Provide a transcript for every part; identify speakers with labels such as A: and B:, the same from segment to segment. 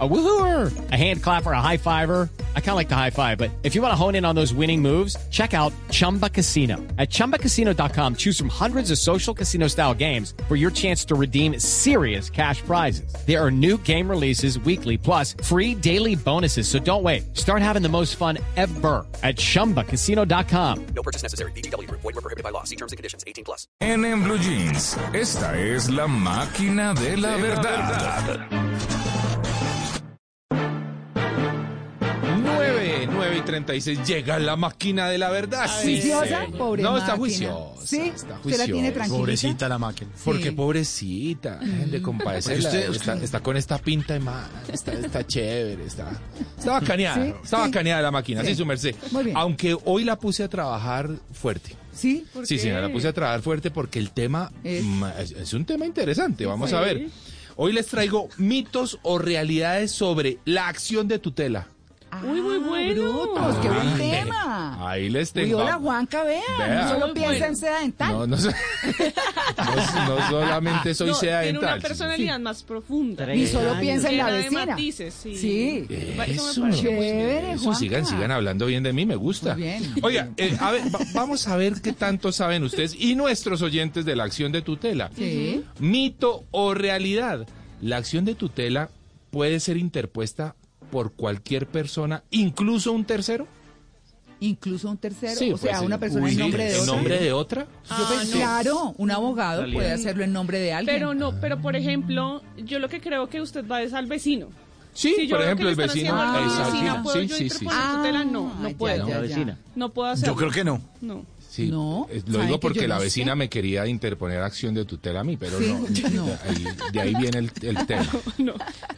A: A woohooer, a hand clapper, a high fiver. I kind of like the high five, but if you want to hone in on those winning moves, check out Chumba Casino. At chumbacasino.com, choose from hundreds of social casino style games for your chance to redeem serious cash prizes. There are new game releases weekly, plus free daily bonuses. So don't wait. Start having the most fun ever at chumbacasino.com.
B: No purchase necessary. BGW. Void were prohibited by law. See terms and conditions. 18 plus.
C: En, en Blue Jeans, esta es la máquina de la verdad.
D: 9, 9 y 36 llega la máquina de la verdad. Sí,
E: ¿Juiciosa?
D: señor.
E: Pobre
D: No,
E: máquina.
D: está juiciosa.
E: ¿Sí?
D: Está
E: ¿Usted la tiene
D: juiciosa.
E: tranquilita? Mm.
F: Pobrecita la máquina.
D: Porque
E: Sí.
D: pobrecita, dejen de compadecerla. está, está con esta pinta de más, está, está chévere, está, está bacaneada,
E: Sí,
D: está
E: sí.
D: bacaneada la máquina, sí,
E: Sí.
D: su merced.
E: Muy bien.
D: Aunque hoy la puse a trabajar fuerte.
E: ¿Sí? ¿Por
D: Sí,
E: qué?
D: señora, la puse a trabajar fuerte porque el tema
E: Es-
D: mm, es, es un tema interesante. Vamos a ver. Hoy les traigo mitos o realidades sobre la acción de tutela.
E: Uy, muy
D: Ah,
E: bueno. Brutos, Pues, qué buen tema.
D: Ahí les
E: Uy,
D: tengo.
E: hola, Juanca, vean.
D: Vea.
E: No solo piensa en seda dental.
D: No, no, so- no, no solamente soy
G: No,
D: seda
G: tiene
D: dental.
G: una personalidad más profunda.
E: Y solo piensa en la
G: Llena de
E: vecina.
G: matices, sí.
E: Sí.
D: Eso,
G: Eso me parece
E: Chévere,
D: eso,
E: Juanca.
D: sigan, sigan hablando bien de mí, me gusta.
E: Muy bien.
D: Oiga, eh, a ver, va- vamos a ver qué tanto saben ustedes y nuestros oyentes de la acción de tutela.
E: Sí.
D: Mito o realidad. La acción de tutela puede ser interpuesta por cualquier persona, incluso un tercero.
E: Incluso un tercero, o
D: pues,
E: sea,
D: sí.
E: una persona
D: Uy,
E: en
D: sí,
E: nombre de
D: ¿en
E: otro.
D: nombre de otra.
E: Yo pensé, Ah, Claro, un abogado puede hacerlo en nombre de alguien.
G: Pero no, pero
F: Ah.
G: por ejemplo, yo lo que creo que usted va es al vecino.
D: Sí,
G: Si yo
D: por
G: veo
D: ejemplo,
G: que
D: el
G: le están
D: vecino.
G: haciendo algo a la
D: Exacto.
G: vecina, ¿puedo
D: Sí,
G: yo
D: sí, sí.
G: interponer tutela? No, no
E: Ah, ya,
G: puedo.
E: ya, ya.
G: No puedo hacerlo.
F: Yo creo que no.
G: No.
D: Sí,
E: Ah, No,
D: eh, lo
E: ¿saben
D: digo
E: que
D: porque
E: yo
D: la
E: no
D: vecina
E: sé?
D: me quería interponer acción de tutela a mí, pero
E: Sí,
D: no,
E: yo no.
D: De, ahí, de ahí viene el, el tema.
G: No,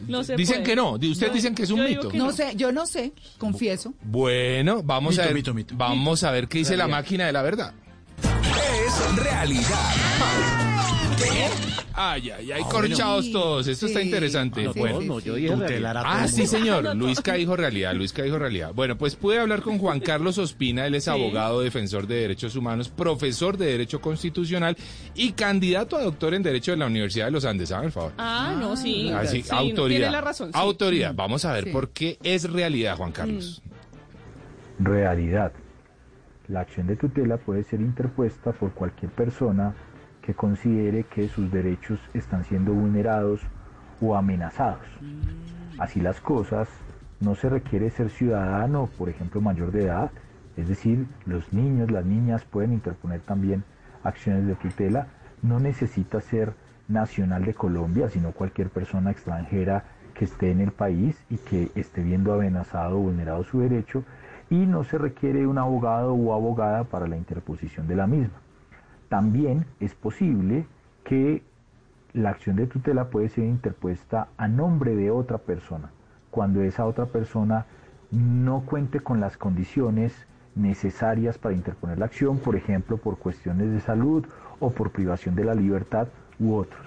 G: no se
D: Dicen
G: puede.
D: que no, di- ustedes dicen que es un
G: yo digo
D: mito.
G: que
E: No sé, yo no sé, confieso.
D: Bueno, vamos a
F: Mito,
D: ver,
F: mito, mito.
D: vamos a ver qué dice la
F: Realidad.
D: máquina de la verdad.
C: Es realidad.
D: Ay, ay,
F: Ah,
D: ay, corchados
E: Sí,
D: todos, esto está
E: sí.
D: interesante.
E: No,
D: bueno.
E: no, yo
F: dije tutelar a todo
D: Ah,
F: el
D: sí,
F: mundo.
D: señor. Luisca dijo realidad, Luisca dijo realidad. Bueno, pues pude hablar con Juan Carlos Ospina, él es abogado, defensor de derechos humanos, profesor de Derecho Constitucional y candidato a doctor en Derecho de la Universidad de los Andes. Háganme el favor.
G: Ah, no, sí.
D: Así,
G: Sí, no,
D: autoridad.
G: Tiene la razón. sí.
D: Autoridad. Vamos a ver
E: Sí.
D: por qué es realidad, Juan Carlos.
H: Realidad. La acción de tutela puede ser interpuesta por cualquier persona que considere que sus derechos están siendo vulnerados o amenazados. Así las cosas, no se requiere ser ciudadano, por ejemplo, mayor de edad, es decir, los niños, las niñas pueden interponer también acciones de tutela, no necesita ser nacional de Colombia, sino cualquier persona extranjera que esté en el país y que esté viendo amenazado o vulnerado su derecho, y no se requiere un abogado o abogada para la interposición de la misma. También es posible que la acción de tutela puede ser interpuesta a nombre de otra persona, cuando esa otra persona no cuente con las condiciones necesarias para interponer la acción, por ejemplo, por cuestiones de salud o por privación de la libertad u otros.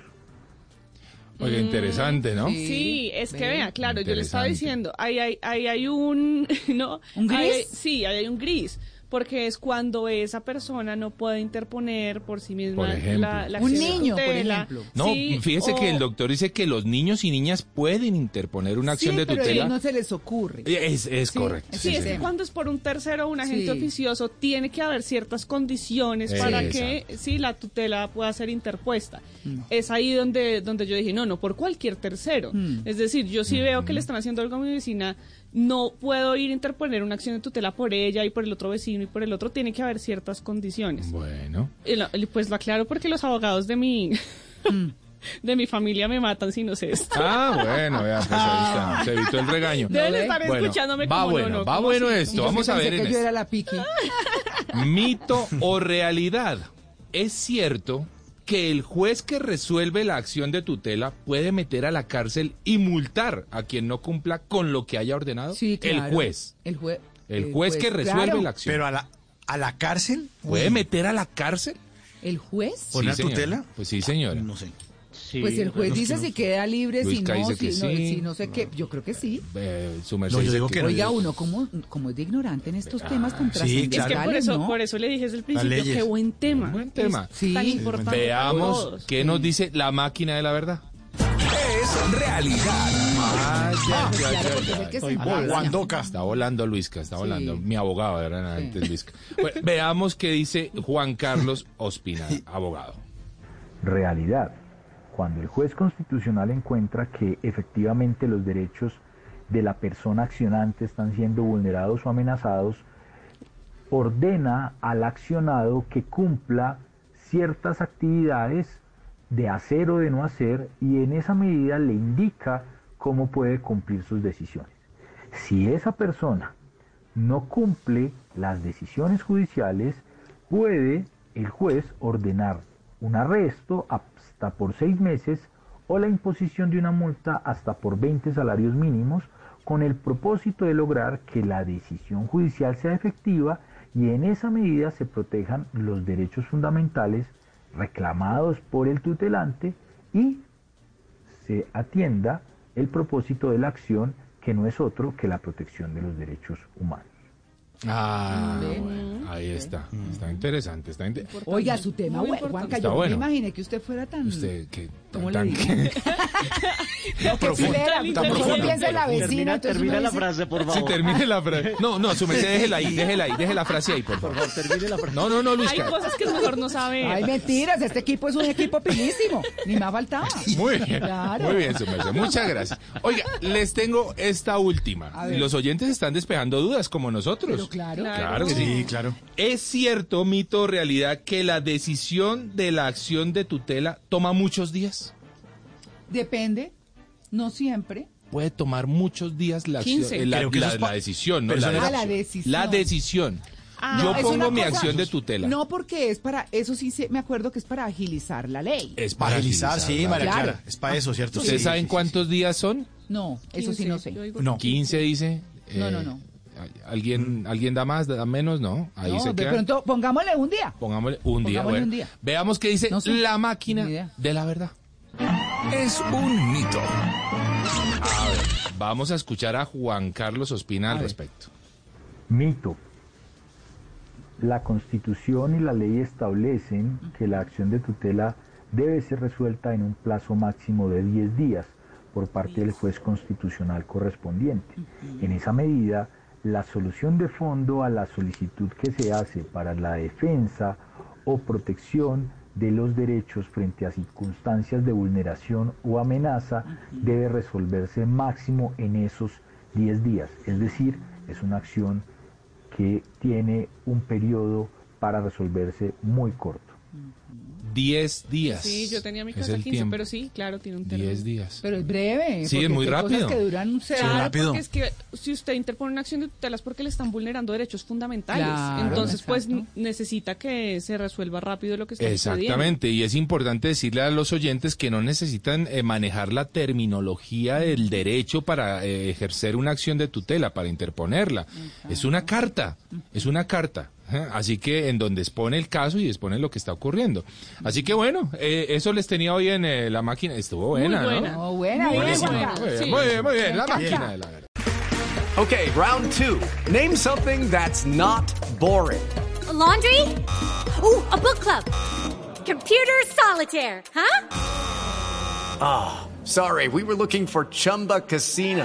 D: Oye, interesante, ¿no?
G: Mm. Sí, es que vea, claro, yo le estaba
D: Interesante.
G: diciendo, ahí hay, ahí hay un, ¿no?
E: ¿Un gris?
G: Ahí hay- sí, ahí hay un gris, porque es cuando esa persona no puede interponer por sí misma
D: Por ejemplo.
G: la, la
E: Un
G: acción de
E: niño, por
G: tutela.
E: ejemplo.
D: No,
G: Sí,
D: fíjese que
G: o-
D: el doctor dice que los niños y niñas pueden interponer una acción
E: sí,
D: de
E: pero a ellos
D: tutela.
E: no se les ocurre.
D: Es, es correcto.
E: es
G: Sí,
D: sí,
G: es que
D: señor.
G: cuando es por un tercero o un agente
E: Sí.
G: oficioso, tiene que haber ciertas condiciones para que sí, la tutela pueda ser interpuesta. Es ahí donde, donde yo dije, no, no, por cualquier tercero. Es decir, yo sí veo que le están haciendo algo a mi vecina, no puedo ir a interponer una acción de tutela por ella y por el otro vecino y por el otro, tiene que haber ciertas condiciones.
D: Bueno.
G: Y lo- y pues lo aclaro porque los abogados de mi, de mi familia me matan si no sé esto.
D: Ah, bueno, vea, pues ahí
E: Ah.
D: está. Se evitó el regaño.
G: Deben
E: ve.
G: estar
D: Bueno,
G: escuchándome
D: va
G: como, no,
D: bueno,
G: no,
D: va
G: ¿cómo
D: bueno
G: así?
D: esto.
E: Yo
D: Vamos
E: sí
D: a ver
E: pensé
D: en
E: que yo
D: esto.
E: era la piqui.
D: Mito o realidad. ¿Es cierto que el juez que resuelve la acción de tutela puede meter a la cárcel y multar a quien no cumpla con lo que haya ordenado?
E: Sí, claro.
D: El juez.
E: El juez.
D: El juez que resuelve
E: claro.
D: la acción.
F: Pero a la, a la cárcel.
D: ¿Puede meter a la cárcel?
E: ¿El juez?
F: ¿Por una
D: señora.
F: tutela?
D: Pues sí, señora.
F: No sé.
E: pues el juez dice si queda libre,
D: Luis
E: si
D: Cay
E: no, si,
D: dice que
E: no,
D: sí.
E: si no sé qué. Yo creo que sí.
D: Eh, su merced
F: No, yo
D: dice
F: digo que no.
E: Oiga, uno como, como es de ignorante en estos temas tan
G: Es que
E: trascendentales,
G: por eso,
E: ¿no?
G: por eso le dije desde el principio,
F: leyes.
G: qué buen tema.
D: Buen tema.
G: Es
E: Sí.
G: tan
E: Sí,
G: importante para
D: Veamos
G: todos.
D: qué nos dice la máquina de la verdad.
C: Es realidad. Ah.
D: Ay, ay, ay,
E: Claro, porque
D: ay,
E: es el que
D: ay.
E: se encarga.
F: Guandoca.
D: Está volando Luisca, está
E: Sí.
D: volando. Mi abogado era antes Luisca. Bueno, veamos qué dice Juan Carlos Ospina, abogado.
H: realidad. Cuando el juez constitucional encuentra que efectivamente los derechos de la persona accionante están siendo vulnerados o amenazados, ordena al accionado que cumpla ciertas actividades de hacer o de no hacer y en esa medida le indica cómo puede cumplir sus decisiones. Si esa persona no cumple las decisiones judiciales, puede el juez ordenar un arresto hasta por seis meses o la imposición de una multa hasta por 20 salarios mínimos con el propósito de lograr que la decisión judicial sea efectiva y en esa medida se protejan los derechos fundamentales reclamados por el tutelante y se atienda el propósito de la acción que no es otro que la protección de los derechos humanos.
D: Ah, bueno, ahí está. Está interesante, está inte-
E: Oiga, su tema,
G: Muy
E: Juan-
G: importante.
E: Juanca,
D: Está
E: yo no me
D: bueno.
E: imaginé que usted fuera tan...
D: Usted que
E: ¿Cómo
D: tan,
E: le
D: tan-
E: digo? No, que si era,
G: Tan
E: tan
G: profundo.
E: piensa en la vecina,
I: Termina,
E: entonces
I: termina
E: uno
I: la
E: dice,
I: frase, por
D: Sí,
I: favor.
D: termine la frase. No, no, su merced, déjela ahí, déjela ahí, déjela la frase ahí, por
I: Por
D: favor.
I: favor, termine la frase.
D: No, no, no,
G: Hay
D: Luisca.
G: cosas que es mejor no saber.
E: Ay, mentiras, este equipo es un equipo pilísimo. Ni más faltaba.
D: Muy bien,
E: Claro.
D: muy bien, su merced. Muchas gracias. Oiga, les tengo esta última.
E: A ver.
D: Los oyentes están despejando dudas como nosotros.
E: Pero claro.
D: Claro que sí.
F: Sí, claro.
D: ¿Es cierto, mito o realidad, que la decisión de la acción de tutela toma muchos días?
E: Depende, no siempre.
D: Puede tomar muchos días la, acción,
G: 15.
D: eh, la,
F: Creo que eso
D: la-
F: es pa-
D: la decisión. ¿no?
F: pero eso
E: no
D: decisión.
E: era- Ah, la decisión.
D: La decisión.
G: Ah,
D: Yo
E: No, es una
D: pongo mi
E: cosa-
D: acción de tutela.
E: No, porque es para, eso sí se- me acuerdo que es para agilizar la ley.
D: es para
F: Paralizar, sí,
D: agilizar, ¿vale?
F: María
E: Claro.
F: Clara. Es para eso, ¿cierto?
D: ¿Ustedes
F: Sí,
D: saben
F: sí, sí,
D: cuántos días son?
E: No, eso sí
G: 15,
E: no sé.
G: yo digo
F: sí. No.
D: 15 dice. eh,
E: No, no, no.
D: ¿Alguien, ¿Alguien da más, da menos? No, ahí
E: No,
D: se
E: de
D: queda.
E: pronto, pongámosle un día.
D: Pongámosle un día.
E: Pongámosle
D: bueno.
E: un día.
D: Veamos qué dice
E: No sé.
D: la
E: Ni
D: máquina
E: idea.
D: de la verdad.
C: Es un mito.
D: Vamos a escuchar a Juan Carlos Ospina al respecto.
H: Mito. La constitución y la ley establecen que la acción de tutela debe ser resuelta en un plazo máximo de 10 días por parte del juez constitucional correspondiente. En esa medida, la solución de fondo a la solicitud que se hace para la defensa o protección de los derechos frente a circunstancias de vulneración o amenaza debe resolverse máximo en esos 10 días. Es decir, es una acción que tiene un periodo para resolverse muy corto.
D: 10 días.
G: Sí, yo tenía mi
D: Es
G: casa
D: el
G: 15,
D: tiempo.
G: pero sí, claro, tiene un término.
D: 10 días.
E: Pero es breve.
D: Sí,
E: porque
D: es muy
E: hay cosas
D: rápido.
E: que duran un cero.
G: Claro,
F: rápido.
G: porque es que si usted interpone una acción de tutela es porque le están vulnerando derechos fundamentales.
E: Claro,
G: Entonces, pues
E: exacto.
G: n- necesita que se resuelva rápido lo que está sucediendo.
D: Exactamente, y es importante decirle a los oyentes que no necesitan eh, manejar la terminología del derecho para eh, ejercer una acción de tutela, para interponerla. Es una carta, es una carta. ¿eh? Así que en donde expone el caso y expone lo que está ocurriendo. Así que bueno, eh, eso les tenía hoy en eh, la máquina. Estuvo buena,
G: buena.
D: ¿no?
E: No, buena,
G: Muy
E: bien,
G: buena.
E: Juanca.
D: Muy bien,
G: Sí.
D: muy bien, muy bien, la
E: encanta.
D: máquina de la verdad.
J: Okay, round two. Name something that's not boring.
K: laundry? Ooh, a book club. Computer solitaire, huh?
J: Sorry, we were looking for Chumba Casino.